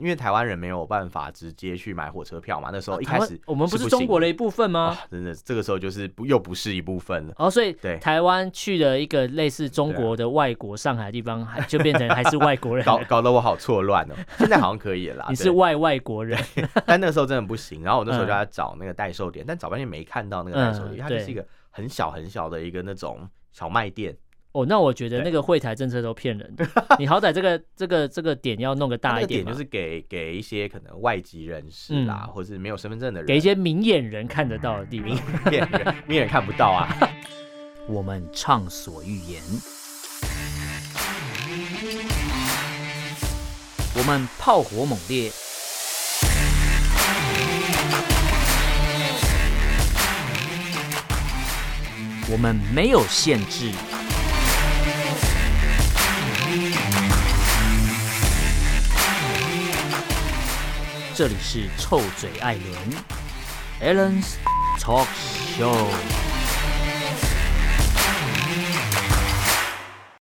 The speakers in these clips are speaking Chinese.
因为台湾人没有办法直接去买火车票嘛，那时候哦一啊台开湾哦始我们不不是行中国的一部分吗？啊，真的，这个时候就是不又不是一部分了。哦，所以啊对台湾去了一个类似中对啊。国的外国上海的地方，还就变成还是外国 人搞搞得我好错乱哦，现在好像可以了啦。 你是对外外 国人，但那个时候真的不行。然后我那时候嗯就在找那个代售点，但找半天没看到那个代售嗯点，因为它就是对一个很小很小的一个那种小卖店，哦，那我觉得对那个会台政策都骗 人的。你好歹这个这个这个点要弄个它大那一个点嘛，就是给给一些可能外籍人士啦，嗯或是没有身份证的人，给一些明眼人看得到的地方。面人面人看不到 啊。我们畅所欲言，我们炮火猛烈，我们没有限制。这里是臭嘴艾伦 （Allen's Talk Show）。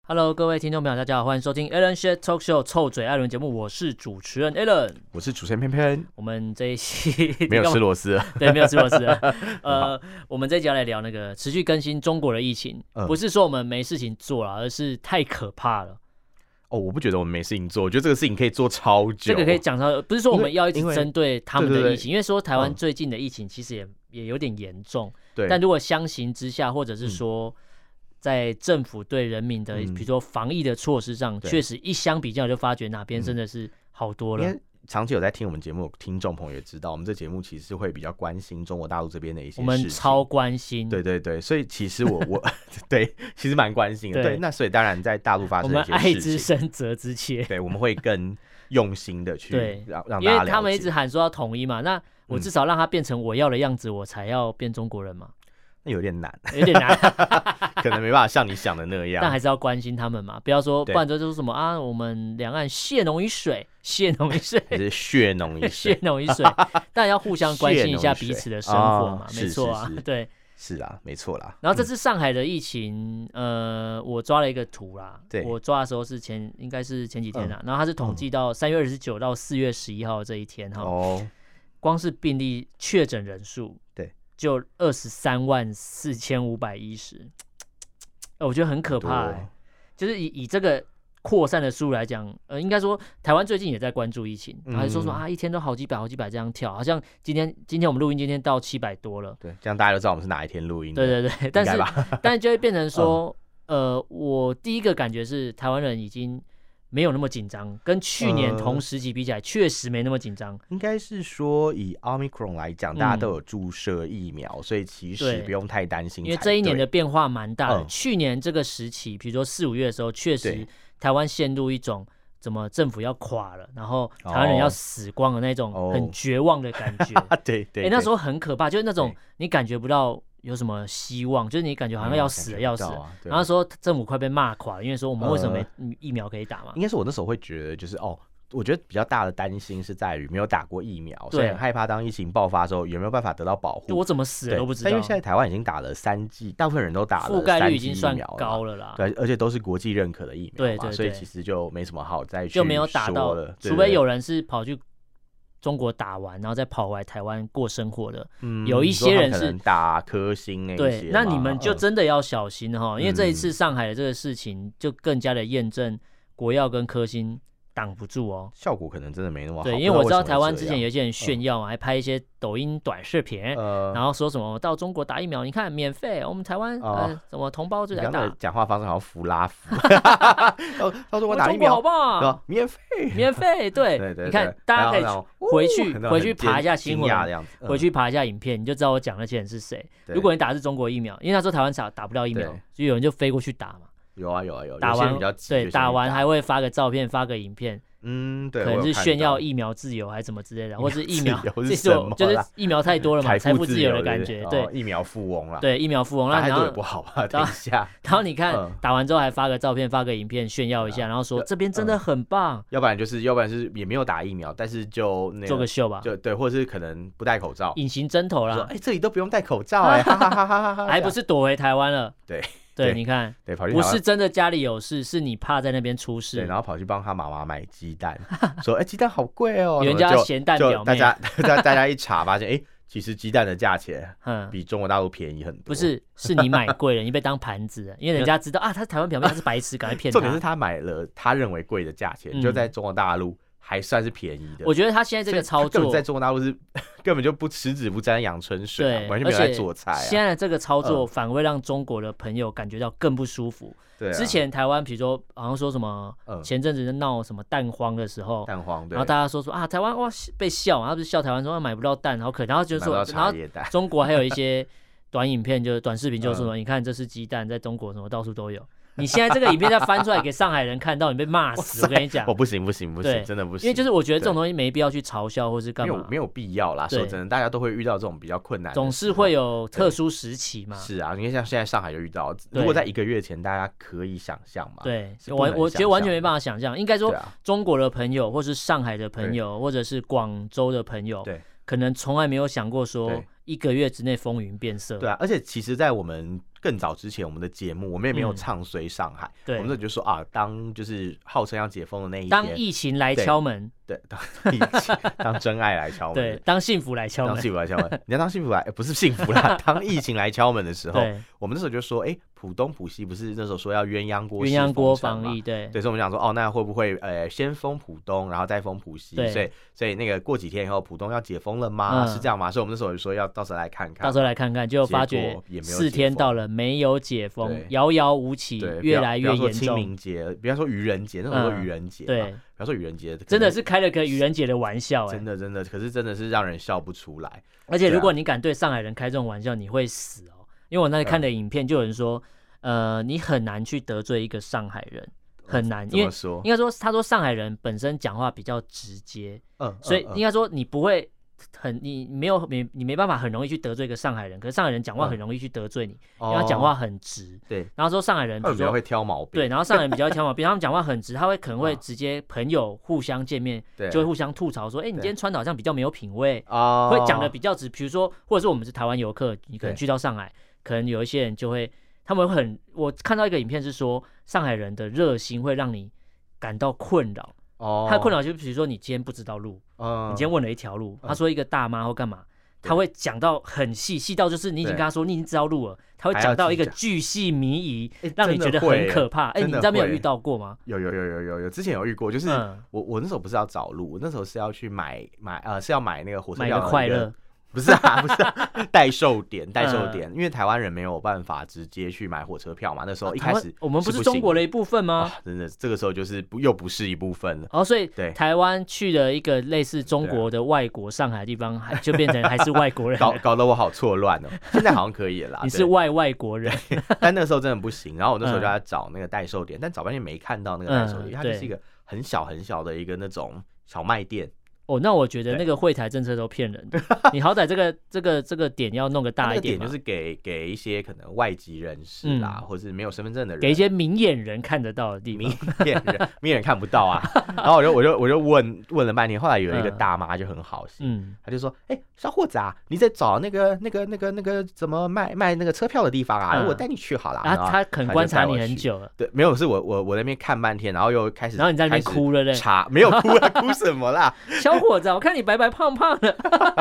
Hello，各位听众朋友，大家好，欢迎收听 Alan s h a t Talk Show 臭嘴艾伦节目，我是主持人 Alan。我是主持人偏偏，我们 这一期没有干嘛吃螺丝了，对，没有吃螺丝 了。呃，我们这一集要来聊那个持续更新中国的疫情，嗯不是说我们没事情做了，而是太可怕了。哦，我不觉得我们没事情做，我觉得这个事情可以做超久。这个可以讲到，不是说我们要一直因为针对他们对对的对疫情，因为说台湾嗯最近的疫情其实也、也有点严重，对，但如果相形之下，或者是说。在政府对人民的，嗯比如说防疫的措施上，对确实一相比较就发觉哪边真的是好多因了。为长期有在听我们节目，听众朋友也知道，我们这节目其实会比较关心中国大陆这边的一些我事情。们超关心，对对对，所以其实我 我对其实蛮关心的。对对，那所以当然在大陆发我生们的爱一些之事情，深责之切。对，我们会更用心的去对让让因大家为了解。他们一直喊说要统一嘛，那我嗯至少让他变成我要的样子，我才要变中国人 嘛，那有点难，有点难，可能没办法像你想的那样。 但还是要关心他们嘛，不要说，不对然就说什么啊，我们两岸血浓于水，血浓于 水，还是血浓于 血水。浓于水，但要互相关心一下血浓于彼水此的生活嘛哦，没错啊是是，是对。是啊，没错啦。然后嗯这次上海的疫情，呃，我抓了一个图啦，对嗯我抓的时候是前应该是前几天啊啦，然后它是统计到三月二十九到四月十一号这一天哈，哦，光是病例确诊人数，对，就二十三万四千五百一十，呃我觉得很可怕、多欸。就是以以这个扩散的数来讲，呃，应该说台湾最近也在关注疫情，嗯然后还说说啊，一天都好几百、好几百这样跳，好像今天今天我们录音今天到七百多了，对，这样大家都知道我们是哪一天录音的。对对对，应但该是吧， 嗯但是就会变成说，呃，我第一个感觉是台湾人已经。没有那么紧张，跟去年呃同时期比起来，确实没那么紧张。应该是说以 Omicron 来讲，大家嗯都有注射疫苗，所以其对实不用太担心才对。因为这一年的变化蛮大的。嗯去年这个时期，比如说四五月的时候，确实对台湾陷入一种怎么政府要垮了，然后台湾人要哦死光的那种哦很绝望的感觉。啊， 对 对哎、对那时候很可怕，就是那种对嗯你感觉不到有什么希望，就是你感觉好像要死了要死啊了。然后后。那时候政府快被骂垮了，因为说我们为什么没呃嗯疫苗可以打嘛应？该是我那时候会觉得，就是哦，我觉得比较大的担心是在于没有打过疫苗，所以对很害怕当疫情爆发的时候有没有办法得到保就护。我怎么死对了都不知道但因为现。在台湾已经打了三剂，大部分人都打了覆盖三率剂已经算疫苗了高嘛。了啦，对，而且都是国际认可的疫苗嘛，对对所以对其实就没什么好再去就没有打说到了，，对除非有对人是跑去中国打完，然后再跑回来台湾过生活的，嗯有一你说些他人可是能打科兴那一对些，那嘛你们就嗯真的要小心哈、因为这一次嗯上海的这个事情，就更加的验证国药跟科兴挡不住哦。效果可能真的没那哦么好。对，因不为我知道为什么台湾这之前样嗯有一些人炫耀嘛，还拍一些抖音短视频，呃，然后说什么我到中国打疫苗，你看免费，我们台湾、哦呃什么同胞就你来刚打才，讲话方式好像弗拉夫，到到时候我打中疫国苗，好不对好吧？免费，免费，对，对对，你看对大家可以然后去然后回呜去很多回很去惊爬一下新惊闻讶的样子，回去爬一下影片，你就知道我讲那些人是谁。嗯对如果你打的是中国疫苗，因为那时候台湾打打不到疫苗对，所以有人就飞过去打嘛。有啊有啊有啊，打有些人完比较急对就先打去完还会发个照片，发个影片，嗯对，可我能有是看炫耀到疫苗自由还是什么之类的，或是疫自苗由是这什种么就是啦疫苗太多了嘛，财财富自自由由的对感不觉，哦对疫苗富翁啦，，对疫苗富翁。那大家然都有后不好吧？等一下，然后你看嗯打完之后还发个照片，发个影片炫耀一对嗯下，然后说就这边真的很棒，要不然就是要不然是也没有打疫苗，但是就那做个秀吧，就对，或者是可能不戴口罩，隐形针头说啦，哎这里都不用戴口罩哎，哈哈哈哈哈哈，还不是躲回台湾了？对对，对你看，对，跑去不台湾是真的家里有事，是你怕在那边出对，事然。后跑去帮他妈妈买鸡蛋，说：“哎、鸡蛋好贵哦。”人然家后就咸蛋就表大妹，家大家大家一查发现，哎、其实鸡蛋的价钱嗯，比中国大陆便宜很多。不，是，是 你买贵了，你被当盘子了，因为人家知道啊，他台湾表妹他是白痴，赶快骗 重点是他。他买了他认为贵的价钱，嗯就在中国大陆还算是便宜的。我觉得他现在这个所以操他根本作在，啊中国大陆是根本就不十指不沾阳春水、啊对，，完全而没有在且做菜、啊。现在的这个操作嗯反而会让中国的朋友感觉到更不舒服。对、啊，之前台湾，比如说好像说什么，嗯前阵子闹什么蛋荒的时候，蛋黄，对，然后大家说说啊，台湾哇被笑，然后不是笑台湾说啊买不到蛋，好可怜，然后就买不说到，然茶后叶蛋， 中国还有一些短影片，就是短视频，就是说、嗯你看这是鸡蛋，在中国什么到处都有。你现在这个影片再翻出来给上海人看到，你被骂死。我跟你讲我，不行不行不行，对真的不行，因为就是我觉得这种东西没必要去嘲笑或是没干有嘛没，有必要啦。对说真的，大家都会遇到这种比较困难的时候，总是会有特殊时期嘛。是啊，因为像现在上海就遇到，对如果在一个月前，大家可以想象嘛，对，啊是不我能我觉得完全想象没办法想象。应该说对，啊，中国的朋友，或是上海的朋友，或者是广州的朋友对，可能从来没有想过说对一个月之内风云变色。对啊，而且其实，在我们更早之前，我们的节目我们也没有嗯唱衰上海，对我们这里就说啊，当就是号称要解封的那一当天，疫情来对敲门，对，当疫情 当真爱来敲对门，，当幸福来敲当门，幸福来敲门，你要当幸福来，呃不是幸福 啦，当疫情来敲门的时候，对，我们那时候就说，哎，浦东浦西不是那时候说要鸳鸯锅鸳式鸯锅封城嘛防疫，对，对，所以我们想说，哦，那会不会呃，先封浦东，然后再封浦西？对所以所以那个过几天以后，浦东要解封了吗？嗯是这样吗？所以我们那时候就说要到时候来看看，到时候来看看，就发结觉果也没有四解天封到了没有解封对，遥遥无期对，，越不要来不越要说严清重。明节，比方说愚人节，那时候说嗯愚人节嘛，对，比方说愚人节，可真的能是开了个愚人节的玩笑哎真，的真的，可是真的是让人笑不出来。而且对如啊果你敢对上海人开这种玩笑，你会死哦。因为我那嗯里看的影片，就有人说，呃，你很难去得罪一个上海人，很难，怎因么为说？应该说他说上海人本身讲话比较直接，嗯，嗯所以应嗯该说你不会很你没有没你没办法很容易去得罪一个上海人，可是上海人讲话嗯很容易去得罪你，因哦为他讲话很直。对，然后说上海人，比二如比较说会挑毛病，对，然后上海人比 较挑毛病，他们讲话很直，他会可能会啊直接朋友互相见面对就会互相吐槽说，哎，你今对天穿的好像比较没有品味，啊，会讲的比较直。比如说，或者是我们是台湾游客，你可能对去到上海，可能有一些人就会，他们会很，我看到一个影片是说，上海人的热心会让你感到困扰。哦，他的困扰就是，比如说你今天不知道路，嗯，你今天问了一条路，嗯他说一个大妈或干嘛。对他会讲到很细，细到就是你已经对跟他说你已经知道路了，他会还要讲到继一个续讲巨细靡遗，哎让你真的觉得会很耶可怕。哎，真你的知道没有会遇到过吗？有有有有有有，之前有遇过，就是嗯，我我那时候不是要找路，我那时候是要去买买呃是要买那个火车买票个的一快乐， 不是啊不是啊代售点代售嗯点，因为台湾人没有办法直接去买火车票嘛，那时候一啊台开湾始我们不是是不中国行的一部分啊，吗？真的这个时候就是不又不是一部分了，哦，所以对啊台湾去了一个类似中国的外国上海的地方，还就变成还是外国人搞了。搞得我好错乱哦，现在好像可以了啦， 你是对外外国人，但那时候真的不行，然后我那时候嗯就在找那个代售点，但找半天没看到那个代售嗯点，因为它就是对一个很小很小的一个那种小卖店，哦，那我觉得对那个会台政策都骗 人的。你好歹这个这个这个点要弄个它大那一个点嘛，就是给给一些可能外籍人士啦，嗯或是没有身份证的人，给一些明眼人看得到的地明方。眼人，明眼人看不到啊。然后我就我就我就问问了半天，后来有一个嗯大妈就很好心，嗯，她就说：“哎、小伙子啊，你在找那个那个那个那个怎么卖卖那个车票的地方啊？嗯我带你去好了。”啊，然后他肯他就观察带我你很去久了，对，没有，是我我我在那边看半天，然后又开始，然后你在那边哭了开对始，查，没有哭 啊，哭什么啦？小伙子啊，我看你白白胖胖 的，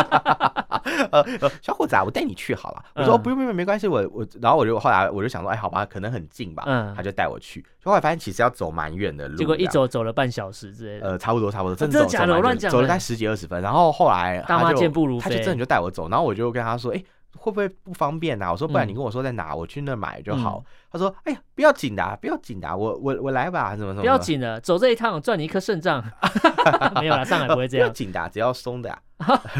呃，呃小伙子啊，我带你去好了。我说、嗯不用不用，没关系，我我，然后我就后来我就想说，哎，好吧，可能很近吧，嗯他就带我去，就后来发现其实要走蛮远的路，结果一这样走走了半小时之类的。啊呃，差不多差不多，真真的的走假的走蛮我乱久讲走了的大概十几二十分，然后后来大他妈就健步如他就飞真的就带我走，然后我就跟他说，哎、会不会不方便啊？我说不然你嗯跟我说在哪，我去那买就嗯好。他说，哎呀，不要紧的啊、不要紧的啊、我我我来吧，什么什么，不要，紧了，走这一趟赚你一颗 肾脏。 没有啦，上海不会这不 要样。紧的啊、只要松的、啊。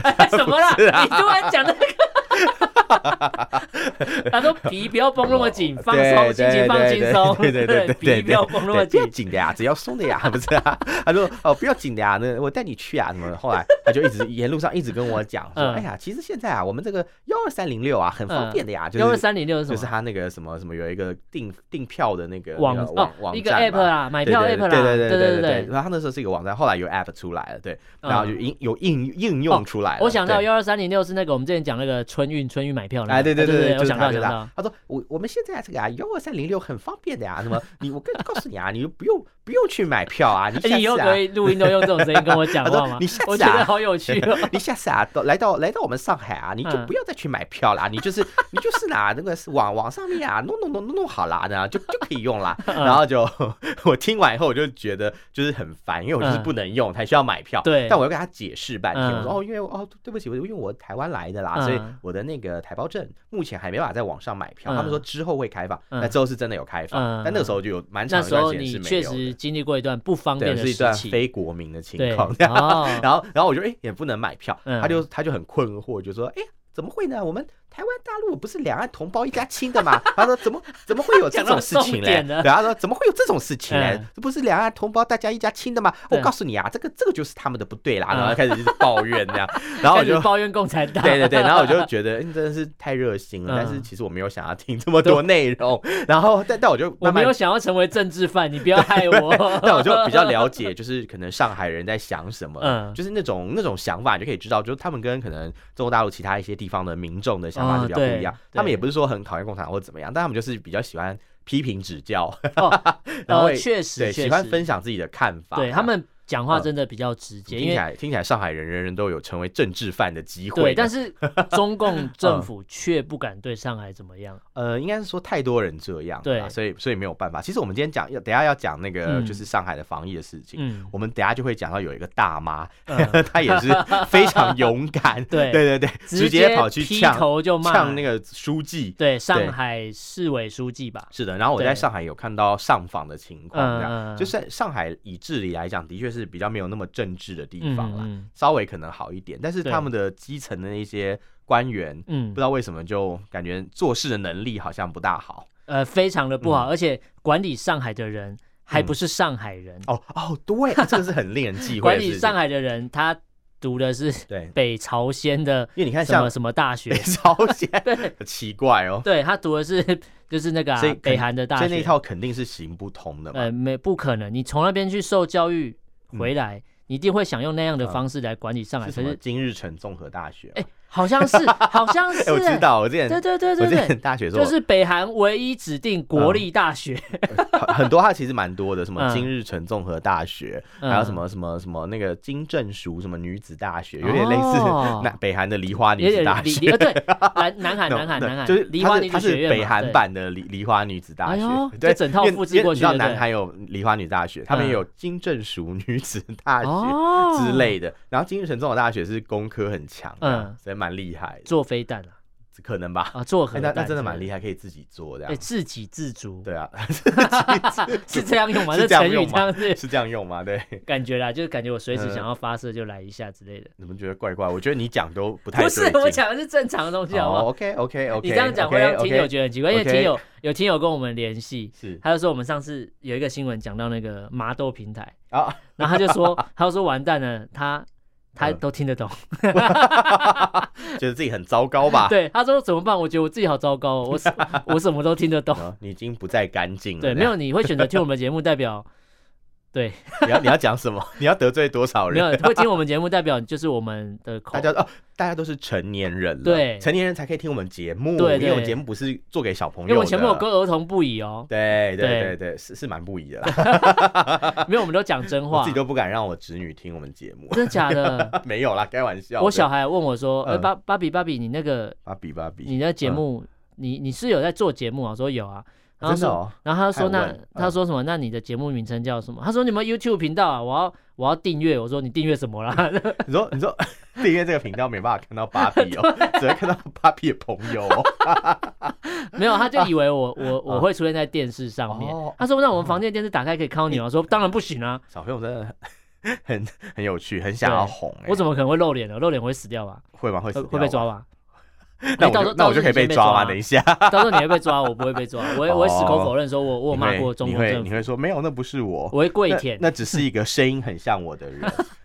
哎， 什 么啦？你突然讲那个， 他说皮不要绷那么紧，放松，哦对心情放轻松，对对对对对对皮不要绷那对么不紧要。紧的呀、只要松的呀、不是啊？他说哦，不要紧的呀、那我带你去啊，什么的？后来他就一直沿路上一直跟我讲说，嗯哎呀，其实现在啊，我们这个幺二三零六啊，很方便的呀，就幺二是三零六就是是什么？他那个什么什么有一个订订票的那个网那个哦网网，一个站 app 嘛。啦，买票对对 app 啦，对对对对。然后他那时候是一个网站，后来有 app 出来了，对，然后就嗯应有应应用出来了。我想到对幺二三零六是那个我们之前讲那个春运，春运买票了嘛。哎，对啊对对我就是想到他就是想他到，他说我我们现在这个啊，幺二三零六很方便的呀，那么你我跟告诉你啊，你不用不用去买票啊， 你哎下你以后次啊可，以录音都用这种声音跟我 讲话吗你下次？啊我觉得好有趣 哦。你下次啊，到来到来到我们上海啊，你就嗯不要再去买票啦，你就是 你就是啦，那个是网网上面啊弄弄弄弄弄好啦，那就就可以用 啦。嗯然后就 我听完以后，我就觉得就是很烦，因为我就是嗯不能用，才需要买票。对但我要跟他解释半天，我嗯说哦，因为哦对不起，我因为我台湾来的啦，所以嗯我的那个台胞证目前还没办法在网上买票。嗯他们说之后会开放，嗯那之后是真的有开嗯放，但那个时候就有蛮长那一时段候时间是你没确有实的。经历过一段不方便对，的是一时段期，非国民的情对，况。哦， 然后然后我就哎、也不能买票，嗯他就他就很困惑，就说哎。怎么会呢？我们台湾大陆不是两岸同胞一家亲的嘛？他说怎么怎么会有这种事情讲到重嘞？点对了啊，他说怎么会有这种事情嘞嗯？这不是两岸同胞大家一家亲的吗？我对告诉你啊，这个这个就是他们的不对啦。嗯然后开始一直抱怨这样，然后我开始就抱怨共产党，对对对，然后我就觉得嗯真的是太热心了，嗯但是其实我没有想要听这么多内容。然后但但我就 我慢没慢有想要成为政治犯，你不要害 我。但我就比较了解，就是可能上海人在想什么，嗯就是那种那种想法，你就可以知道，就是他们跟可能中国大陆其他一些地方的民众的想法哦是比较不一样。对他们也对不是说很讨厌共产党或怎么样，但他们就是比较喜欢批评指教，哦 然后 呃，也确实，对，确喜欢实分享自己的看法。对他们讲话嗯真的比较直接，听因起为来听起来上海人人人都有成为政治犯的嗯机会呢，对，但是中 共政府却不敢对上海怎么样。呃，应该是说太多人这样了对啦，所以所以没有办法。其实我们今天讲，要等一下要讲那个嗯就是上海的防疫的事情。嗯，我们等一下就会讲到有一个大妈，嗯 她也是非常勇敢， 对对对对，直接跑去劈呛头就骂呛那个书记。对上对海市委书记吧。是的，然后我对在上海有看到上访的情况，这嗯嗯嗯样就是上海以治理来讲，的确是比较没有那么政治的地方啦，嗯稍微可能好一点，但是对他们的基层的那些官员，嗯不知道为什么就感觉做事的能力好像不大 好。呃，非常的不嗯好，而且管理上海的人还不是上海人，哦哦，对，这个是很令人 忌讳管的事理情。上海的人他读的是 对，北朝鲜的因为你看什像么什么大学北，朝 鲜，奇怪哦，对他读的是就是那个啊所以肯北韩的大所学，以那一套肯定是行不通的嘛。呃，没不可能，你从那边去受教育回来，你一定会想用那样的方式来管理上海。嗯是可什么？是，今日城综合大学吗？哎，好 像是，好像是哎，我知欸，道，我之前对对对我对之前对，大学的时候，就是北韩唯一指定国立大学，很很多，它其实蛮多的，什么嗯今日城综合大学，嗯还有什么什么什么那个金正淑什么女子大学，有点类似哦那北韩的梨花有女子点嗯大梨学 梨，。呃对，南南 那韩种南韩那南韩，就是梨它花是女它子是学院嘛北韩对版的梨梨花女子大哎学呦，对，这整套因为复制过去因为你知道对不对嗯南韩有梨花女大学，他们也有金正淑女子大学哦之类的，然后金日成综合大学是工科很强的嗯，所以蛮厉害的，做飞弹啊，可能吧。啊做核哎，那弹，那真的蛮厉害，可以自己做这害，哎样。自给自足，对啊， 是这样用吗？是这这样成语用这吗样子 是这样用吗？对，感觉啦，就是感觉我随时嗯想要发射就来一下之类的。你们觉得怪怪？我觉得你讲都不太不对是劲。我讲的是正常的东西，好不好？ OK OK OK， 你这样讲会让听友 OK，觉得很奇怪，因为 OK 听友有听友跟我们联系，是他就说我们上次有一个新闻讲到那个麻豆平台，啊，然后他就 说他就说完蛋了，他他嗯都听得懂，觉得自己很糟糕吧？对，他说怎么办？我觉得我自己好糟糕哦，我什 我什么都听 得懂，啊，你已经不再干净了。对，这没有样你会选择听我们节目，代表你要你要讲什么？你要得罪多少没人？有会听我们节目，代表就是我们的口大，家哦，大家都是成年人了，对成年人才可以听我们节目，对对因为我们节目不是做给小朋因友为的。我们节目有跟儿童不 宜哦，对对对对对，是是蛮不宜的啦，没有我们都讲真我话自己，都不敢让我侄女听我们节目， 真的假的？没有啦，开玩笑的。我小孩问我说，呃，嗯芭芭比芭比，你那个芭比芭比，你的节目，你你是有在做节目啊？我说有啊，啊然后真的说，哦，然后他就说还有那、问他说什么？那你的节目名称叫什么？他说你们 YouTube 频道啊，我要我要订阅。我说你订阅什么啦？ 你说你说 订阅这个频道没办法看到芭比哦， 只会看到芭比的朋友哦。没有，他就以为我 我我会出现在电视上面。啊哦他说那我们房间的电视打开可以看到你吗？我说当然不行啊，小朋友真的很很很有趣，很想要红、欸。我怎么可能会露脸呢？露脸我会死掉吧？会吗？会死会掉会被抓吗？吧？ 那哎到我时就候那我就到时候可以被你先被抓抓吗？啊等一下，哦到时候你会被抓，我不会被抓，我会我会矢口否认说 我我有你骂会过中你共会政你府，会说没有，那不是我。我会跪那舔。 那只是一个声音很像我的人，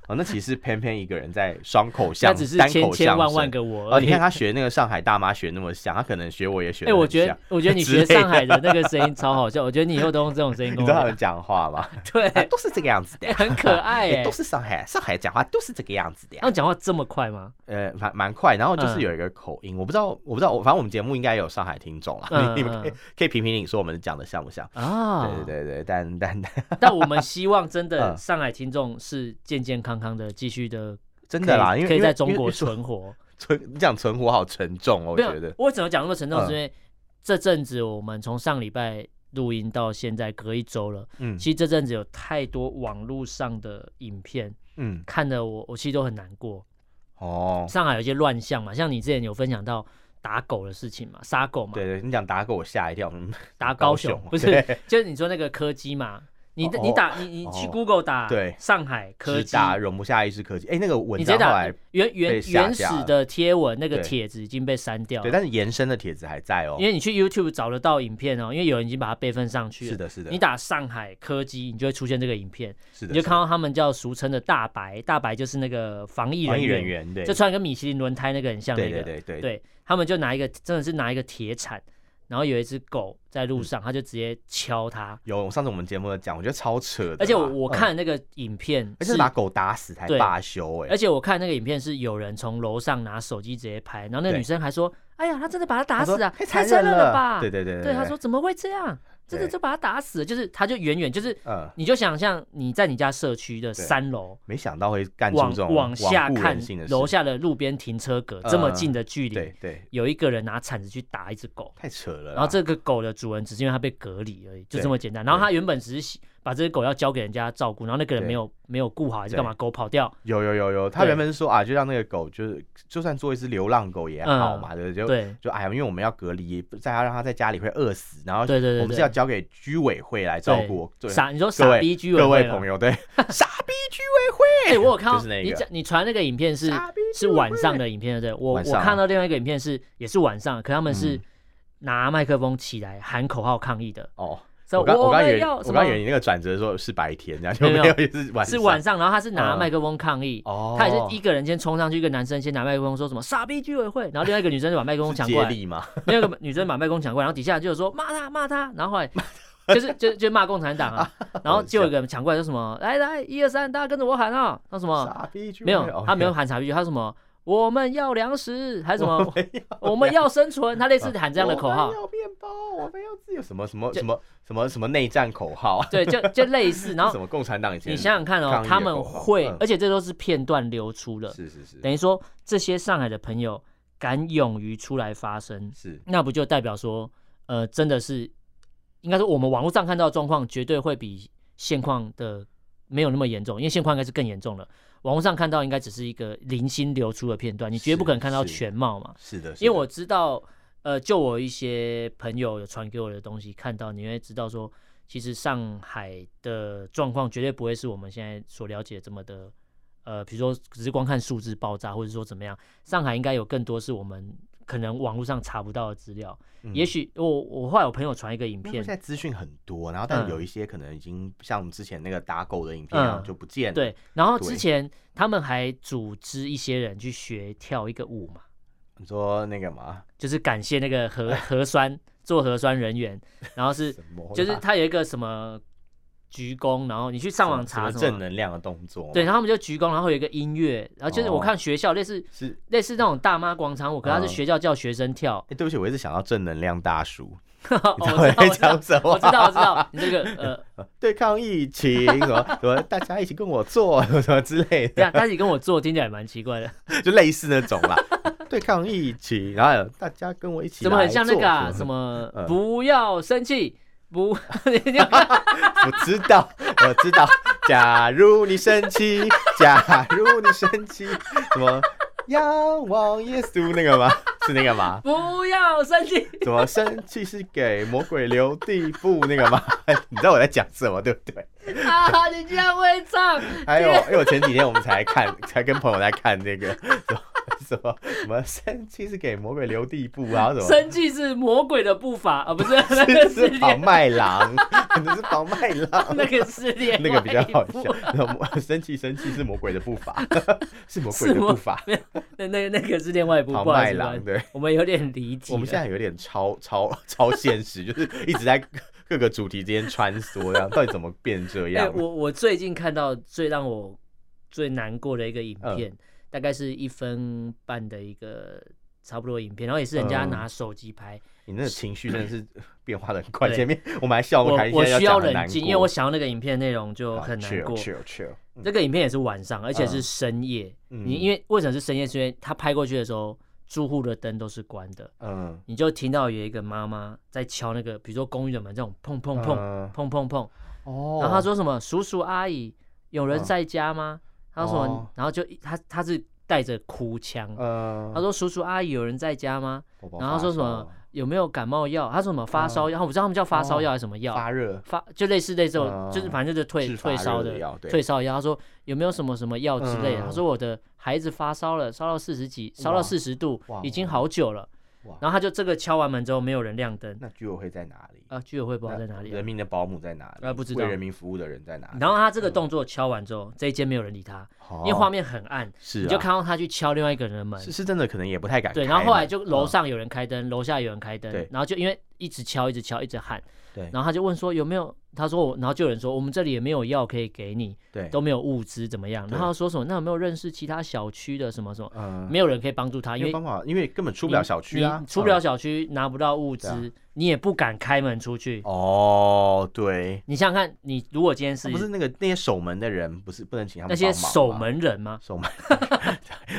哦，那其实偏偏一个人在双口相那声，只是单千口千相万声万个我哦，而你已。看他学那个上海大妈学那么像，他可能学我也学。哎，我觉得，我觉得你之学类上海的那个声音超好笑，我觉得你以后都用这种声 音你跟知我道他们讲。讲话 吗？对， 啊都是这个样子的哎，很 可爱哦哎哎都。是上海，上海讲话都是这个样子的呀他。们讲话这么快吗？呃，蛮蛮快，然后就是嗯有一个口音，我不知道，我不知道，我反正我们节目应该有上海听众啦，嗯 你你们可以嗯可以评评理说我们讲的像不像？啊，对对对，但但但但我们希望真的嗯上海听众是健健康康的，继续的真的啦，因为可以因为在中因为国因为说存活。存，你讲存活好沉重哦，我没觉有得，我怎么讲那么沉重？嗯是因为这阵子我们从上礼拜录音到现在隔一周了，嗯其实这阵子有太多网络上的影片，嗯看得我我其实都很难过。哦，上海有一些乱象嘛，像你之前有分享到打狗的事情嘛，杀狗嘛，对对，你讲打狗我吓一跳，嗯打高高雄雄不是，就是你说那个柯基嘛，你哦你打你你去哦 Google 打对上海柯只基，打容不下一只柯基，哎，那个文你直章接后打哦来原原被下原始架了的贴文那个对帖子已经被删掉对，了，但是延伸的帖子还在哦因，为你去 YouTube 找得到影片哦，因为有人已经把它备份上去是了。的，是的，你打上海柯基，你就会出现这个影片，是的，你就是的看到他们叫俗称的大白，大白就是那个防疫防人疫人员，员对，就穿跟米其林轮胎那个很像那对个，对对对对他们就拿一个真的是拿一个铁铲，然后有一只狗在嗯路上，他就直接敲它，有上次我们节目有讲，我觉得超扯的啦，而且我我嗯看那个影片而且是是把狗欸打死才对罢休哎、而且我看那个影片是有人从楼上拿手机直接拍，然后那个对女生还说：“哎呀，他真的把他打他说死啊，太太残残忍忍了吧？”对对对对，他说：“怎么会这样？真的对就把他打死了。”就是他就远远就是，嗯，你就想象你在你家社区的对三楼。没想到会干出往这种往下罔顾看人性的，事楼下的路边停车格这么近的距对离，对，有一个人拿铲子去打一只狗，太扯了啦。然后这个狗的主人只是因为它被隔离而已，就对这么简单。然后他原本只是喜把这只狗要交给人家照顾，然后那个人对没有没有顾好，还是对干嘛？狗跑掉，有有有有，他对原本是说啊，就让那个狗就是就算做一只流浪狗也好嘛，对不对？就嗯对就哎呀，因为我们要隔离，在他让他在家里会饿死，然后对对对我们对是要交给居委会来照顾。对，傻，你说各傻位逼居委各会啊位了朋友，对， 傻逼居哎、我有看到、就是那一你个讲你传那个影片是傻逼是晚上的影片对不对？我晚我上啊看到另外一个影片是也是晚上，可他们是嗯拿麦克风起来喊口号抗议的。哦。所以刚我刚以们为要我什刚以为么？你那个转折说是白天，这样 就没没有有是晚是上晚上，然后他是拿嗯麦克风抗议，哦，他也是一个人先冲上去，一个男生先拿麦克风说什么“傻逼居委会”，然后另外一个女生就把麦克风是抢过 接来，力嘛，另外一个女生把麦克风抢过来，然后底下就有说骂他骂他，然 后后来就是就就骂共产党啊，然后就有一个人抢过来说什么来来一二三，大家跟着我喊啊，那什么傻逼居委没会有，他没有，喊傻逼，他说什么我们要粮食，还是什么没 有。我们要生存，他类似喊这样的口我号们，要面包，我们要自由，什么什么就什么什么什么内战口号 啊，对，就就类似。然什后么共产党以前，你想想看哦抗，议的他们口号会嗯，而且这都是片段流出了，是是是等于说这些上海的朋友敢勇于出来发声，是，那不就代表说，呃，真的是应该说我们网络上看到的状况绝对会比现况的没有那么严重，因为现况应该是更严重了。网络上看到应该只是一个零星流出的片段，你绝对不可能看到是是全貌嘛。是的，是因为的我知道，呃，就我一些朋友有传给我的东西，看到你会知道说，其实上海的状况绝对不会是我们现在所了解这么的，呃，比如说只是光看数字爆炸，或者说怎么样，上海应该有更多是我们可能网络上查不到的资料。嗯也许我我后来有朋友传一个影因为片现，在资讯很多，然后但嗯有一些可能已经像我们之前那个打狗的影片啊嗯就不见了，对，然后之对前他们还组织一些人去学跳一个舞嘛，你说那个嘛，就是感谢那个 核核酸做核酸人员，然后是什么啦就是它有一个什么鞠躬，然后你去上网什么查什么什正么，能量的动作嘛，对，然后他们就鞠躬，然后有一个音乐，然后就是我哦看学校类似是。类似那种大妈广场舞，可它是嗯。学校叫学生跳 哎，对不起，我一直想到正能量大叔，哦你知道我在我知道讲什么？我知道，我知道，你这个呃，对抗疫情，什么什么，大家一起跟我做，什么之类的这。样，但是你跟我做听起来蛮奇怪的，就类似那种啦，对抗疫情，然后有大家跟我一起来做，怎么很像那个啊什什么么嗯不要生气，不， 你我知道，我知道。假如你生气，假如你生气，什么仰望耶稣那个吗？是那个吗？不要生气，什么生气是给魔鬼留地步那个吗？ 你知道我在讲什么对不对？啊，你居然会唱， 哎 还有，因为我前几天我们才看，才跟朋友在看那个什么什么什么生气是给魔鬼留地步啊？什么生气是魔鬼的步伐啊，不 是那这个是是防恋，麦 郎，那是防麦郎，那个是 恋，那个比较好笑。然后魔生气生气是魔鬼的步伐， 是魔鬼是的吗步伐， 那那那个是另外一部，防不好麦意思，不好意郎对。思我们有点离题了。我们现在有点超超超现实， 就是一直在各各个主题之间穿梭，这样到底怎么变这 哎、样？我我最近看到最让我最难过的一个影嗯片，大概是一分半的一个差不多的影片，然后也是人家嗯拿手机拍。你那个情绪真的是变化的很快。对前面我们还笑我开心，我现在需要要讲很难冷过静，因为我想到那个影片的内容就啊很难过。 chill 嗯 chill chill，这个影片也是晚上，而且是深夜。嗯你因为为什么是深夜？是因为他拍过去的时候，住户的灯都是关的，嗯你就听到有一个妈妈在敲那个，比如说公寓的门，这种砰砰砰、嗯砰砰砰，哦然后他说什么叔叔阿姨有人嗯在家吗？他说什么哦然后就一他他是带着哭腔，嗯他说叔叔阿姨有人在家吗？宝宝然后他哦发说什么烧嗯哦有没有感冒药？他说什么发烧药？我不知道他们叫发烧药还是什么药，发热发就类似类似，嗯就是反正就是退治退发烧热的的药对退烧药。他说有没有什么什么药之类的？嗯他说我的孩子发烧了，烧到四十几，烧到哇四十度哇，已经好久了哇。然后他就这个敲完门之后，没有人亮灯那居委会在哪里？啊，居委会不知道那在哪里啊。人民啊的保姆在哪里？啊不知为道人民服务的人在哪里？然后他这嗯个动作敲完之后，这一间没有人理他，因为哦画面很暗，是你啊就看到他去敲另外一个人的门是。是真的，可能也不太敢对，开然后后来门就楼嗯上有人开灯，楼下有人开灯对，然后就因为一直敲，一直敲，一直喊，对然后他就问说有没有？他说我，然后就有人说我们这里也没有药可以给你，对都没有物资怎么样？对然后他说什么？那有没有认识其他小区的什么什么？嗯没有人可以帮助因他，因为为办法，因为根本出不了小区你啊，出不了小区，拿不到物对啊资，你也不敢开门出去嗯。哦，对，你想想看，你如果今天啊不是是那个那些守门的人，不是不能请他们那些帮忙吗守门人吗？守门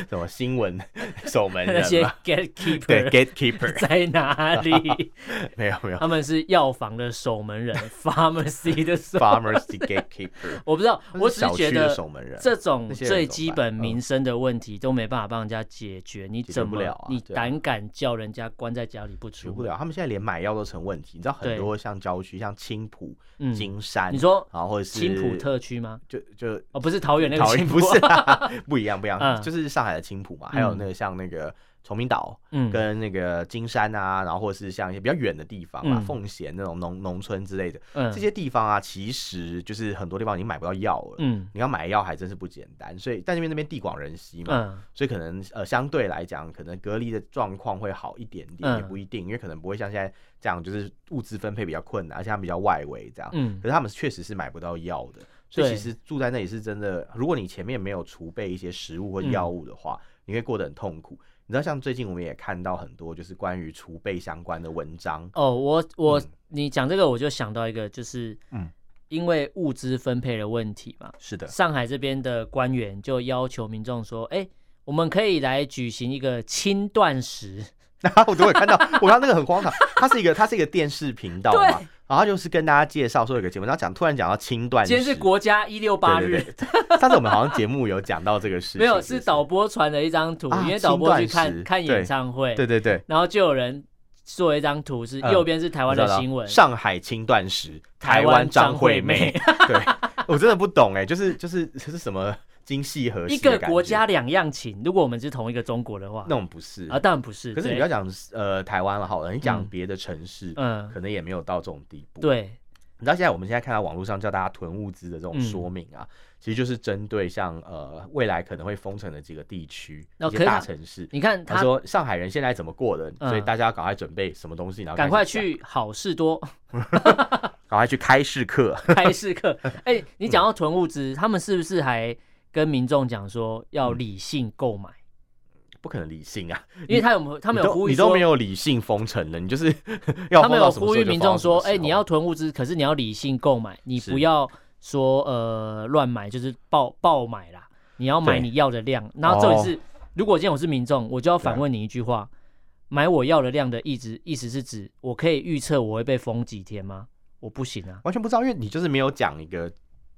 什么新闻 守门那人些吧？ 对 gatekeeper ，gatekeeper 在哪里？没有没有 他们是药房的守 门人，pharmacy 的守。 ，pharmacy gatekeeper， 我不知道，我只是那小觉区的得守门人，这种那些人最怎么基办本嗯民生的问题都没办法帮人家解决，你解决怎不么了啊你对啊胆敢叫人家关在家里不学出不门？了，他们现在连买药都成问题，你知道很对多像郊区，像青浦、嗯金山你，说然后或者啊是青浦特区吗？就就哦，不是桃园那个桃青园浦，啊不是啦， 不一样不一嗯样，就是上海的青浦嘛，还有那个像那个崇明岛，嗯，跟那个金山啊，然后或者是像一些比较远的地方啊，嗯奉贤那种农农村之类的，嗯这些地方啊，其实就是很多地方已经买不到药了。嗯你要买药还真是不简单，所以但因为那边地广人稀嘛，嗯所以可能呃相对来讲，可能隔离的状况会好一点点，嗯也不一定，因为可能不会像现在这样，就是物资分配比较困难，而且他们比较外围这样。嗯可是他们确实是买不到药的，所以对其实住在那里是真的。如果你前面没有储备一些食物或嗯药物的话，你会过得很痛苦。你知道，像最近我们也看到很多就是关于储备相关的文章，哦，我我你讲这个我就想到一个，就是嗯因为物资分配的问题嘛，是 的，上海这边的官员就要求民众说，哎，我们可以来举行一个轻断食，然后我都会看到，我看到那个很荒唐，它是一个它是一个电视频道 嘛，对然后就是跟大家介绍说有个节目，然后讲突然讲到轻断食，今天是国家一六八对日对。对，上次我们好像节目有讲到这个事情，没有，是是不导播传了一张图，啊因为导播去轻断看食看演唱会，对对对，然后就有人做了一张图，是嗯右边是台我湾的知道新闻，上海轻断食，台台湾湾张张惠惠妹妹。 对，我真的不懂哎，就是就是这是什么今夕何夕一的个感国觉家两样情。如果我们是同一个中国的话那，种不是啊，。当然不是。可是你对不要讲呃台湾了好了，你讲嗯别的城市，嗯，可能也没有到这种地步。，对，你知道现在我们现在看到网络上叫大家囤物资的这种嗯说明啊，其实就是针对像呃未来可能会封城的几个地区、哦一些可是大他城市。你看他他说上海人现在怎么过的，所以嗯大家赶快准备什么东西，然后赶开快始讲，去好事多赶快去开市课。 开市课。哎，你讲到囤物资，他们是不是还跟民众讲说要理性购买？不可能理性啊，因为他有他们你有都呼吁你都说没。有理性封城了，你就是 要他们封有到什么呼时吁候就封民到众什么说：“时哎、你候要囤物资，可是你要理性购买，你是不要说呃乱买，就是爆爆买啦。你要买对哦你要的量。然后重点是，如果今天我是民众，我就要反对啊问你一句话：买我要的量的意思意思是指我可以预测我会被封几天吗？我不行啊。完全不知道，因为你就是没有讲一个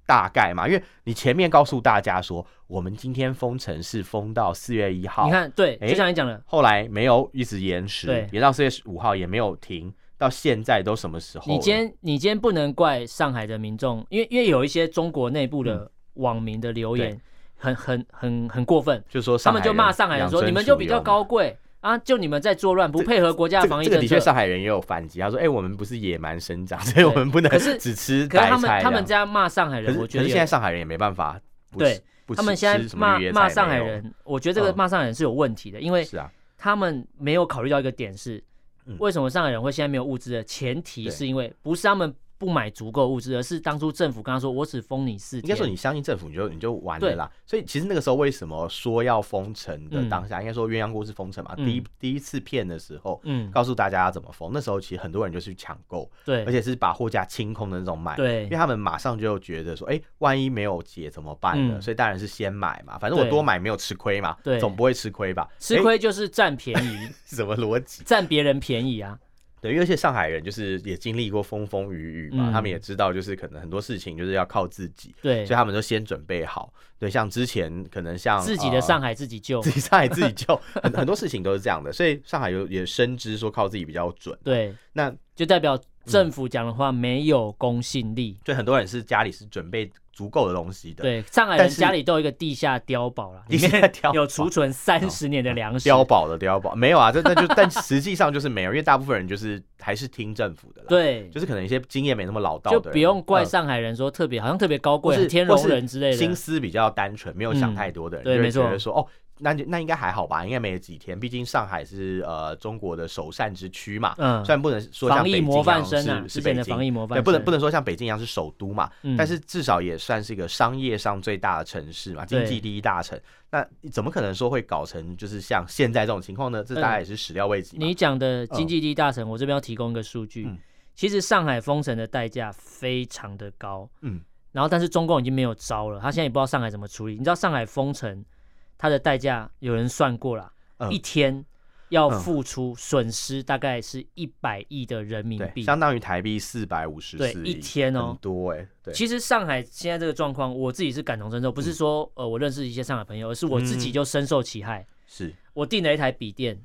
大概嘛，因为你前面告诉大家说我们今天封城是封到四月一号，你，看，对，哎就像你讲的，后来没有一直延对迟，延到四月五号也没有停，到现在都什么时候了？你今天你今天嗯不能怪上海的民众，因为因为有一些中国内部的网民的留言。很很很很过分，就说他上海们就骂上海人人说你们就比较高贵啊，就你们在作乱，不配合国家养的尊防处优嘛。这个疫这个政的确，策上。海人也有反击。他说：“哎、我们不是野蛮生长， 所以我们不能可是只吃可是白他们菜。”他们这样骂上海可人，是我觉可得是有现在上海人也没办法，不对吃，不他吃们现吃在什么骂绿叶菜骂上没海有人，我觉得这个嗯骂上海人是有问题的，因为是啊，他们没有考虑到一个点是嗯，为什么上海人会现在没有物资的前提，对是因为不是他们不买足够物资，而是当初政府跟他说我只封你四应该说你天，相信政府，你就你就完对了啦。所以其实那个时候为什么说要封城的当下，应该说鸳鸯锅是封城嘛？嗯第一第一次骗的时候，嗯，告诉大家要怎么封，那时候其实很多人就去抢购，而对且是把货架清空的那种买。因为对他们马上就觉得说，哎、万一没有解怎么办呢？嗯所以当然是先买嘛，反正我对多买没有吃亏嘛，对总不会吃亏吧？吃诶亏就是占便 宜，是什么逻辑？占别人便宜啊，对，因为而且上海人就是也经历过风风雨雨嘛，嗯他们也知道就是可能很多事情就是要靠自己，对所以，他们就先准备好。对，像之前可能像自己的呃上海自己救自，己上海自己救，很很多事情都是这样的，所以上海有也深知说靠自己比较准。对，那就代表政府讲的话没有公信力。对很多人是家里是准备足够的东西的，，对，上海但人是家里都有一个地下碉堡了，嗯地里下面碉有堡哦储存三十年的粮食。碉堡的碉堡没有啊，这那 就但实际上就是没有，因为大部分人就是还是听政府的啦，，对，就是可能一些经验没那么老道的就人，不用怪嗯上海人说特别，好像特别高或贵、是天或龙是人之类心的。思比较单纯，没有想太多的人，对就会没错觉得说哦，那就那应该还好吧，应该没几天，毕竟上海是呃中国的首善之区嘛，嗯虽，然不能说像防北疫京一模范样生啊，是之是前北的防京。疫模对，范生，不能不能说像北京一样是首都嘛，嗯，但是至少也算是一个商业上最大的城市嘛，经济对第一大城。那怎么可能说会搞成就是像现在这种情况呢？这大家也是始料未及嘛。嗯你讲的经济第一大城，我这边要提供一个数据嗯，其实上海封城的代价非常的高，嗯，然后但是中共已经没有招了，他现在也不知道上海怎么处理。你知道上海封城，它的代价有人算过了，嗯一天要嗯付出损失大概是一百亿的人民对，币。相当于台币四百五十对四一天哦很多哎、对，其实上海现在这个状况，我自己是感同身受，不是说呃我认识一些上海朋友，而是我自己嗯就深受其害。是我订了一台笔电，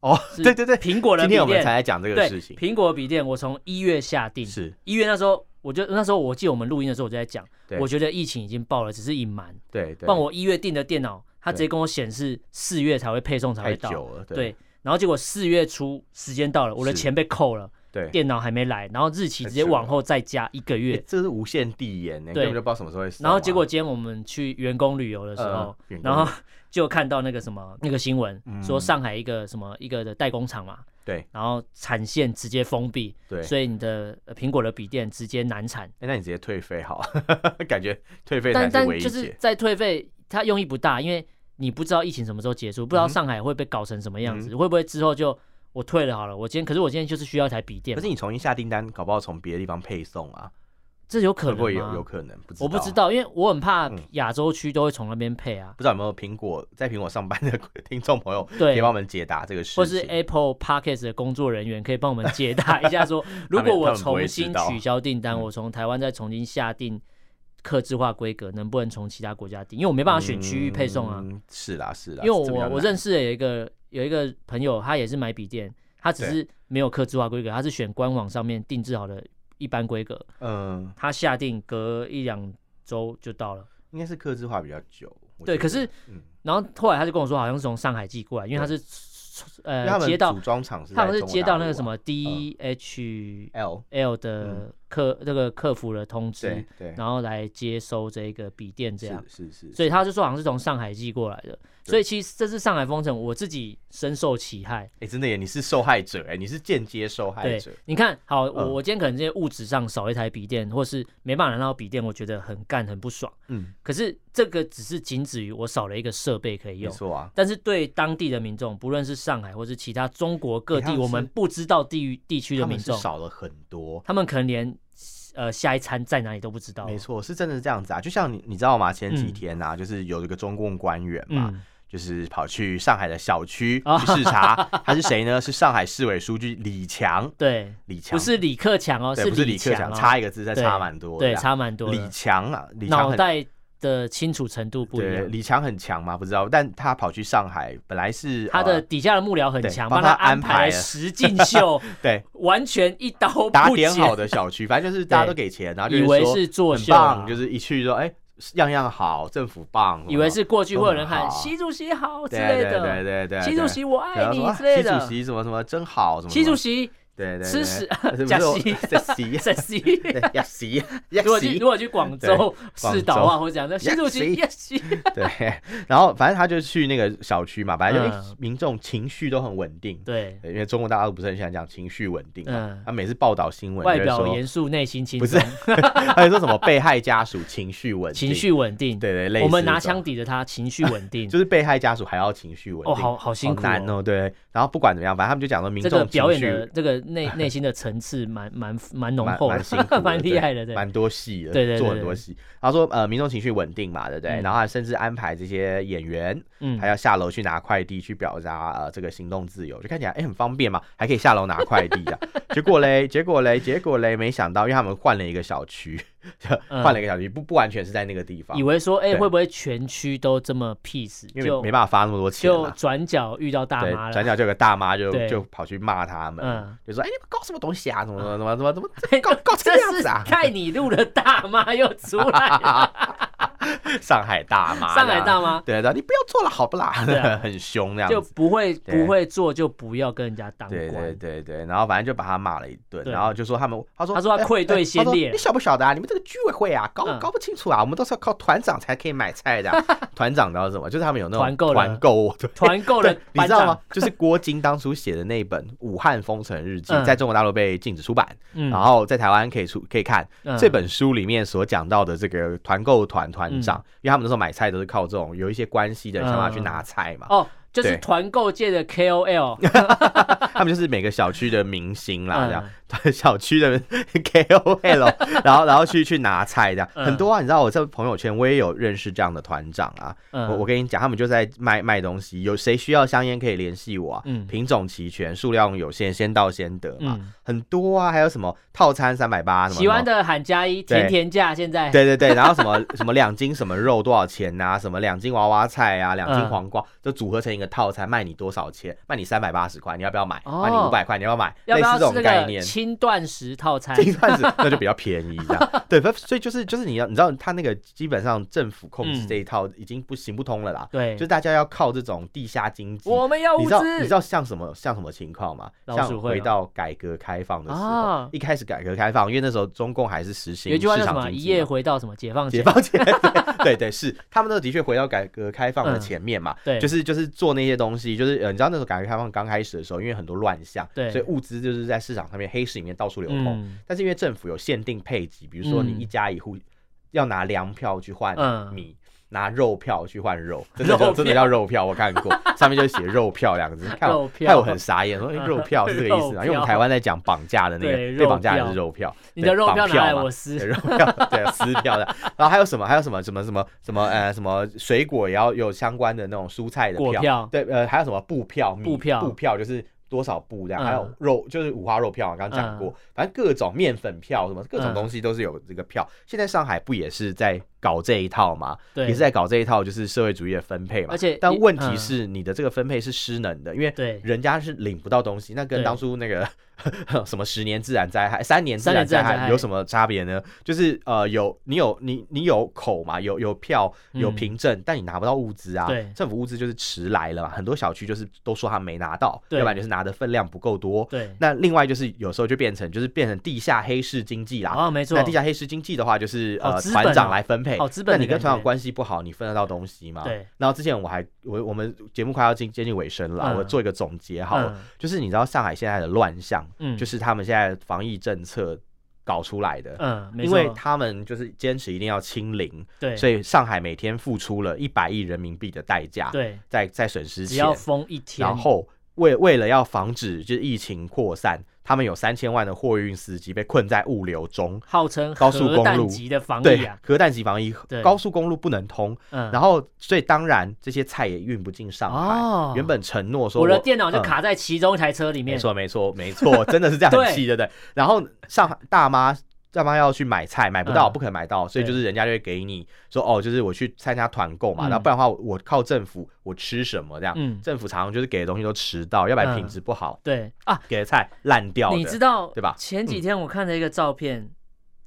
哦， 是对对对，苹果的今笔天我们才电，来讲这个对事，情，苹果的笔电，我从一月下定，是一月那时候我就那时候我记得我们录音的时候我就在讲，对我觉得疫情已经爆了，只是隐瞒。对对，但我一月订的电脑，它对直接跟我显示四月才会配送才太会到，久了，对对。然后结果四月初时间到了，我的是钱被扣了，对电脑还没来，然后日期直接太扯了往后再加一个欸月。这是无限递延呢，对根本就不知道什么时候会送啊。然后结果今天我们去员工旅游的时候呃，员工然后就看到那个什么那个新闻，嗯说上海一个什么一个的代工厂嘛，对然后产线直接封闭，对，所以你的呃苹果的笔电直接难产。哎，那你直接退费好， 感觉退费才但但唯一就是解。在退费，它用意不大，因为你不知道疫情什么时候结束，不嗯知道上海会被搞成什么样子，会不会之后就我退了好了，我今天可是我今天就是需要一台笔电可嘛是，你重新下订单，搞不好从别的地方配送啊，这有可会不会能有有吗？可能？不知道，我不知，道，因为我很怕嗯亚洲区都会从那边配啊，不知道有没有苹果在苹果上班的 听众朋友可以对帮。我们解答这个事情，或是 Apple Podcast 的工作人员可以帮我们解答一 下说如果我重新取消订单，嗯我从台湾再重新下订客制化规格，能不能从其他国家订？因为我没办法选区域配送啊，嗯？是啦是啦，因为是这比我较我难认识的有一个有一个朋友，他也是买笔电，他只是没有客制化规格，他是选官网上面定制好的一般规格，嗯，他下定隔一两周就到了。应该是克制化比较久。我对觉得可是嗯，然后后来他就跟我说，好像是从上海寄过来，因为他是因呃为他们接到组装厂是他在好像是中国接大到陆那个啊什么 DHL L，的嗯客、那个客服的通知对，对，然后来接收这个笔电这样，是是是，所以他就说好像是从上海寄过来的，所以其实这次上海封城，我自己深受其害。哎、真的耶，你是受害者哎，你是间接受害对者，，你看好，我、嗯我今天可能这些物质上少一台笔电，或是没办法拿到笔电，我觉得很干很不爽。嗯，可是这个只是仅止于我少了一个设备可以没用，错啊。但是对当地的民众，不论是上海或是其他中国各诶他地们我们是不知道地域地区的他民们是众，少了很多，他们可能连呃下一餐在哪里都不知道。没，错，是真的是这样子啊。就像你你知道吗？前几哦嗯天啊，就是有一个中共官员嘛，嗯，就是跑去上海的小区啊去视察，他是谁呢？是上海市委书记李强，对，李强不是李克强哦，对，不是李克强强，哦，差一个字，但对差蛮多的对，啊。差蛮多李的，强啊，李强脑很袋的清楚程度不一对，样。李强很强嘛，不知道，但他跑去上海，本来是他的呃底下的幕僚很对强，帮帮他他安安排排啊了了十进 秀，对完全一刀打不点剪，好的小区，反正就是大家都给钱，然后就以为说是作很秀啊，棒，就是一去说哎。样样好，政府棒，以为是过去会有人都喊“很好习主席好”之对类对对的，对对，习对主席我然爱后哎你说啊之类习主的，席什么什么真好，什么习主席席对对对吃屎对 假不是席我在洗沈西。 对呀 洗呀如果去洗如果去广对州市岛啊，或 者讲那习主席 Yes， yes，习对，然后反正他就去那个小区嘛，反正就、嗯诶民众情绪都很稳定。对，对因为中国大陆不是很喜欢讲情绪稳定嘛，嗯他每次报道新闻 外就会表说严肃，内心轻不是松， 他就说什么被害家属情绪稳定， 情绪稳定。对对，类似我们这拿种枪抵着他，情绪稳定。就是被害家属还要情绪稳定，哦，好好辛苦难哦，对。然后不管怎么样，反正他们就讲说民这个众表情演的绪这个内内心的层次蛮蛮蛮浓蛮厚蛮辛苦的的， 蛮厉对害的，对。蛮多戏的，对对对做很多戏。他说呃，民众情绪稳定嘛，对不对？嗯然后还甚至安排这些演员嗯还，要下楼去拿快递，去表达呃这个行动自由，就看起来哎、很方便嘛，还可以下楼拿快递 啊。结果嘞，结果嘞，结果嘞，没想到因为他们换了一个小区， 就嗯换了一个小区，不不完全是在那个地方以，为说哎对会不会全区都这么 peace，因为就没办法发那么多钱就嘛。转角遇到大对妈，转了，角就有个大妈就对就跑去骂他们，嗯哎就说：“哎、你们搞什么东西啊？怎么怎么怎么怎么 怎么搞搞成这这样是子啊？带你路的大妈又出 来了，上海大妈，上海大妈对对，对你不要做了好不啦？对啊 很凶那样就子。不会对不会做就不要跟人家当对对官。对对，然后反正就把他骂了一顿，对然后就说他们，他说他说他哎愧对哎先他说烈你晓不晓得啊？你们这个居委会啊，搞嗯搞不清楚啊，我们都是要靠团长才可以买菜 的啊，团长然后什么，就是他们有那种团购的团购，对团购 的对，你班知道吗长，？就是郭晶当初写的那本《武汉封城日记嗯》在中国大陆被禁止出版，嗯然后在台湾可以出可以看。嗯这本书里面所讲到的这个团购团团嗯长，因为他们那时候买菜都是靠这种有一些关系的人想办法去拿菜嘛，哦，就是对团购界 的 KOL，他们就是每个小区的明星啦，嗯这样 小区的 KOL，然后然后去去拿菜这样，嗯很多啊，你知道我在朋友圈我也有认识这样的团长啊，我我嗯跟你讲，他们就在卖卖东西，有谁需要香烟可以联系我啊，嗯品种齐全，数量有限，先到先得嘛，嗯，很多啊，还有什么套餐三百八，什么喜欢的喊加一，对甜甜价现在对对对，然后什么 什么两斤什么肉多少钱呐、什么两斤娃娃菜啊，两斤嗯黄瓜，就组合成一个套餐，卖你多少钱？卖你三百八十块，你要不要买？哦卖你五百块，你要不要买？要不类似要这吃种概那念个。轻断食套 餐这？一段子那就比较便宜，这 样对，所以就是就是你要你知道他那个基本上政府控制嗯这一套已经不行不通了啦，对就是，大家要靠这种地下经济。我们要你物知道你知资。道像什么像什么情况吗？老像鼠会哦回吗到改革开放的时候啊，一开始改革开放，因为那时候中共还是实行有一市句话叫什场么？经一济嘛夜回到什么解放解前？嗯放前， 对对对，是他们那的确回到改革开放的前面嘛，对，就是就是做那些东西，就是呃，你知道那时候改革开放刚开始的时候，因为很多乱象，对所以物资就是在市场上面黑市里面到处流通，嗯但是因为政府有限定配给，比如说你嗯一家一户要拿粮票去换嗯米。拿肉票去换肉，真的叫肉真的票叫肉票，我看过，上面就写“肉票”两个 字，看我肉票看我很傻眼，说哎肉票是这个意思肉吗？ 票因为我们台湾在讲绑架的那对个被绑架肉的票是肉票，你的对肉绑票拿来嘛我撕对，肉票对撕票的。然后还有什么？还有什么什么什么什么呃什么水果也要有相关的那种蔬菜的果票，票对呃还有什么布票、米布票布票就是。多少布这样，嗯还有肉，就是五花肉票，啊刚刚讲过，反正各种面粉票什么，各种嗯东西都是有这个票。现在上海不也是在搞这一套吗？对，也是在搞这一套，就是社会主义的分配嘛。而且但一问嗯题是，你的这个分配是失能的，因为对人家是领不到东西，那跟对当初那个 什么十年自然灾害、三年自三然年自灾然灾害害有什么差别呢？就是呃，有你有你你有口嘛，有有票有嗯凭证，但你拿不到物资啊。对政府物资就是迟来了嘛，很多小区就是都说他没拿到，对要不然就是拿的分量不够多。对，那另外就是有时候就变成就是变成地下黑市经济啦，哦，没错那，地下黑市经济的话，就是好呃资本团长哦来分配。好资本那的你跟感团长觉关系不好，你分得到东西吗？对。然后之前我还我我们节目快要近接近尾声了，嗯我做一个总结好了，嗯就是你知道上海现在的乱象，嗯就是他们现在防疫政策搞出来的。嗯，没因错为他们就是坚持一定要清零，对，所以以上海每天付出了一百亿人民币的代价，对，在在损失只钱要。封一天，然后为为了要防止就是疫情扩散，他们有三千万的货运司机被困在物流中，号称高速核公弹路级的防疫对啊，，核弹级防疫，对高速公路不能通，嗯，然后所以当然这些菜也运不进上海。哦原本承诺说我的电脑嗯就。卡在其中一台车里没面，错，没错，没错， 真的是这样很 对气，对不对？然后上海大妈大妈要去买菜，买不到，嗯不可能买到，所以对就是人家就会给你说，哦，就是我去参加团购嘛，嗯然后不然的话，我靠政府，我吃什么这样？嗯政府常常就是给的东西都迟到，要不然嗯品质不好，对啊，给的菜烂掉的。你知道对吧嗯前几天我看了一个照片，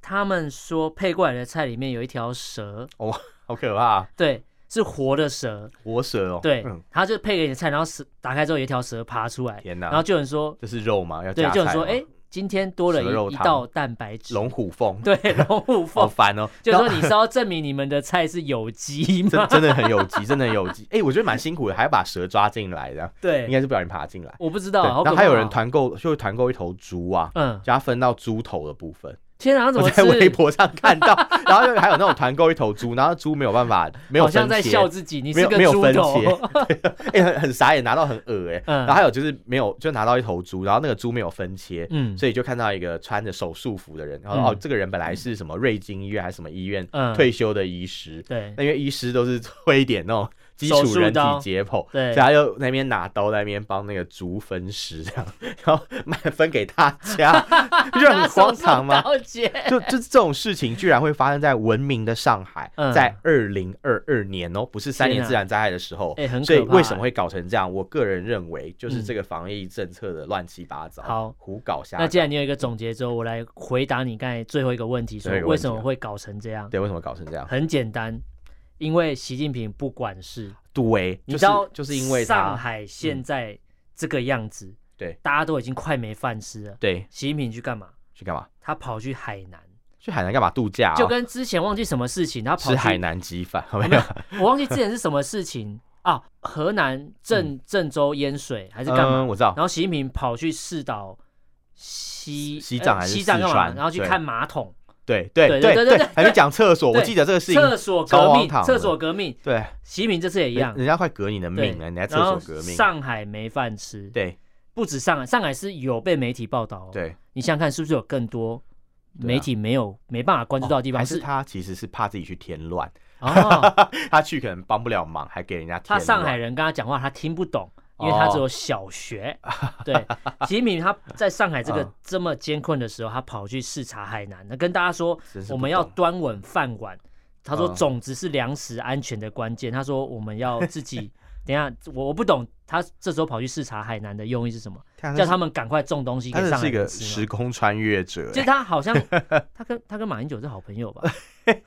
他们说配过来的菜里面有一条蛇，好可怕，对，是活的蛇，活蛇哦，对嗯，他就配给你的菜，然后蛇打开之后有一条蛇爬出来，天哪啊然后就有人说，这是肉吗？要对加，就有人菜说，吗哎，今天多了蛇肉一一汤道蛋白质，龙虎凤，，对， 龙虎好凤，烦哦，就说你是要证明你们的菜是有机 真吗？真的很有机，真的很有机，哎，我觉得蛮辛苦的，还要把蛇抓进来的，应对，该是不小心爬进来。我不知对道，好然后可还有怕人哦，团购，就会团购一头猪啊，嗯，就它分到猪头的部分。天啊，他怎我么在微吃？博上看到，然后就还有那种团购一头猪，然后猪没有办法，没有好像分在笑切，自己，你没是有个没有猪分头，哎、很很傻眼，拿到很恶哎、嗯然后还有就是没有，就拿到一头猪，然后那个猪没有分切。嗯所以就看到一个穿着手术服的人，然后、嗯哦，这个人本来是什么瑞金医院还是什么医院、嗯，退休的医师，对那因为医师都是会一点那种基 手础术人体刀解剖，所对以，他就那边拿刀在那边帮那个猪分尸这样，然后卖分给大 家，不就很荒唐吗？了解，就就这种事情居然会发生在文明的上海，嗯在二零二二年哦，不是三年天啊自然灾害的时候，哎、很可所怕以欸。为什么会搞成这样？我个人认为就是嗯这个防疫政策的乱七八糟，好胡搞瞎那搞。既然你有一个总结之后，我来回答你刚才最后一个问题，说最后一个为问题什啊么会搞成这样？对，为啊什么搞成这样？很简单，因为习近平不管事，对，你就是知道，就是因为上他，嗯海现在这个样子，对大家都已经快没饭吃了。对，习近平去干嘛？去干嘛？他跑去海南，去海南干嘛？度假、哦？就跟之前忘记什么事情，他跑吃去海，南鸡饭，哦好没有？呃我忘记之前是什么事情啊？河南郑郑州淹水还是干嘛？嗯，我知道然，后习近平跑去试导西西藏呃还是西藏干四嘛？川然后去对看马桶、对对对对对对对对还没讲厕所，我记得这个事情，厕所超革荒命、唐的厕所革命。对，习近平这次也一样人，人家快革你的对命啊了，你还厕然后所革命？上海没饭吃，，对不止上海，上海是有被媒体报道、哦。，对，你想想看，是不是有更多对啊哦媒体没有、没办法关注到的地还方？是他其实是怕自己去添乱。 哦，他去可能帮不了忙，还给人家添他乱上海人跟他讲话，他听不懂。哦因为他只有 小学，对，习近平他在上海这个嗯这么艰困的时候，他跑去视察海南，他跟大家说，真是不我们要懂端稳饭碗。他说嗯种子是粮食安全的关键。他说我们要 自己，等一下我我不懂，他这时候跑去视察海南的用意是什么？叫他们赶快种东西他给真上是海一个人吃时吗。空穿越者就欸。他 好像他跟他跟马英九是好朋友吧？欸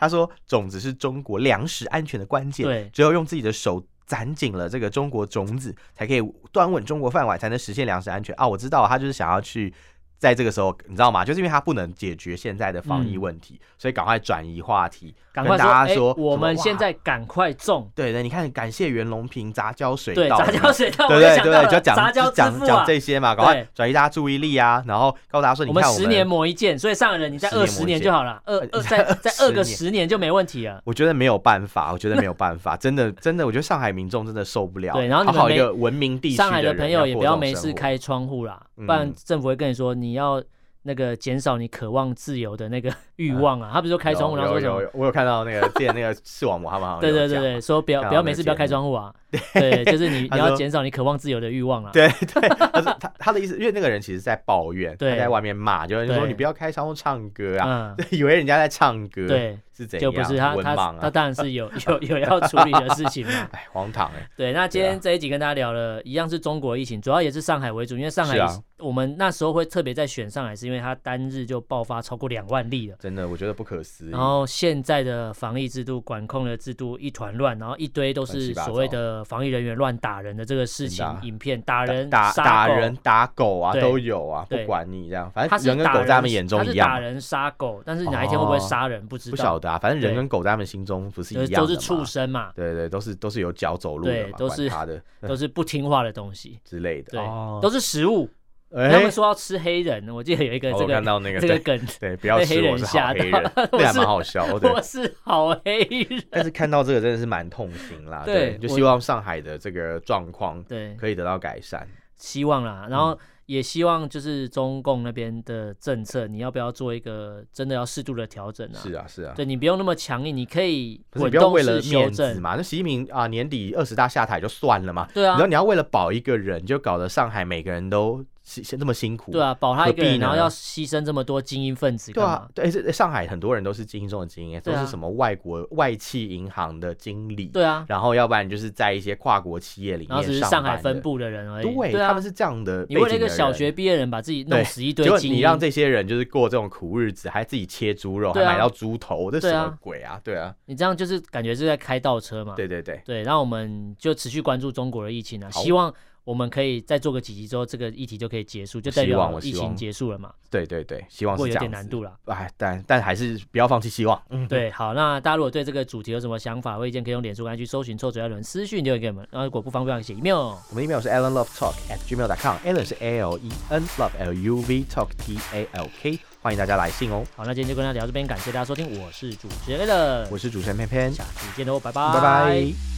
他说，种子是中国粮食安全的关键，对只有用自己的手攒紧了这个中国种子，才可以端稳中国饭碗，才能实现粮食安全啊！我知道了，他就是想要去。在这个时候，你知道吗？就是因为他不能解决现在的防疫嗯问题，所以赶快转移话题，赶快跟大家哎说我什么们哇现在赶快种，对对，你看，感谢袁隆平杂交水对，稻，杂有没交有水稻，对我就对想对，到就了讲杂交就致讲富啊讲。这些嘛，赶快对转移大家注意力啊，然后告诉大家说，你我们看我十年磨一剑，所以上海人你在十二年十磨一年剑哎就好了，二二再再十二个年十年就没问题了。我觉得没有办法，我觉得没有办法， 真的真的，我觉得上海民众真的受不了。对然后你好们好一没个文明地区上海的的朋友也不要没没事。开窗户啦，嗯不然政府会跟你说你要那个减少你渴望自由的那个欲 望啊。他不是说开窗户，有然后说有什有么？有，我有看到那个之前那个视网膜他们好像对对有对讲对，说不要看不到要那没个事不要节开目窗户啊。 对，就是你他你要说减少你渴望自由的欲望啦。啊对对，他是他他的意思，因为那个人其实在抱怨，他对在外面骂，就是对说你不要开窗户唱歌啊，嗯，以为人家在唱歌，，对，是怎就样？不是他文他盲他啊，。当然是有 有有要处理的事情嘛 哎，荒唐哎，对，那今对啊天这一集跟大家聊了一样是中国疫情，主要也是上海为主，因为上海是啊我们那时候会特别在选上海，是因为它单日就爆发超过两万例了。真的，我觉得不可思议然。后现在的防疫制度、管控的制度一团乱，然后一堆都乱是七八糟所谓的防疫人员乱打人的这个事情真的啊，影片打人、打杀打狗人、，打狗啊对都有啊，不对管你这样，反他正是人跟打狗在他们眼中他一是样打嘛，人杀狗，但是哪一天会不会杀人不知不道晓，得啊，反正人对跟狗在他们心中不是一就是样都的是嘛畜 生嘛，对对，都是都是有脚走路的对嘛，都管是他的都是不听话的东西，之类的。对哦，都是食物。哎他们说要吃黑人，我记得有一个哦这我看个到那个这个对哦梗，对，不要被吃黑人我是好吓黑到，人 我那还是蛮好笑的。我是好黑人。但是看到这个真的是蛮痛心啦，对对，就我希望上海的这个状况对，可以得到改善。希望啦，然后也希望就是中共那边的政策，你要不要做一个真的要适度的调整啊？是啊，是啊。对你不用那么强硬，你可以可是滚你不要动为了式修面子正。嘛，那习近平啊年底二十大下台就算了嘛，对啊然后，你要为了保一个人，就搞得上海每个人都辛这么辛苦，对啊，保他一个何必人，呢然后要牺牲这么多精英分子对干啊嘛？，对，是上海很多人都是精英中的精英，都对啊是什么外国外企银行的经理，对啊，然后要不然就是在一些跨国企业里然后只面是上班海分的，部的人而已。对，对他啊们，是这样的背景你的人。为了一个小学毕业人把自己弄死一堆结果精你英，让这些人就是过这种苦日子，还自己切猪肉，还对啊买到猪头，这对什啊么鬼啊？对啊，你这样就是感觉是在开倒车嘛。对对对，对，然后我们就持续关注中国的疫情啊，好希望我们可以再做个几集之后，这个议题就可以结束，就代希望表我疫希情望结束了嘛。对对对，希望不是这过有样点难子。度啦。哎，但但还是不要放弃希望。嗯，对，好，那大家如果对这个主题有什么想法或意见，可以用脸书跟 IG 搜寻“臭嘴艾伦”私讯留言给我们。然后如果不方便，写 email。我们的 email 是 allenlovetalk at gmail dot com，allen 是 A L E N love L U V talk T A L K，欢迎大家来信哦。好，那今天就跟大家聊到这边，感谢大家收听，我是主持人 a l 我是主持人偏偏，下次见喽，拜拜，拜拜。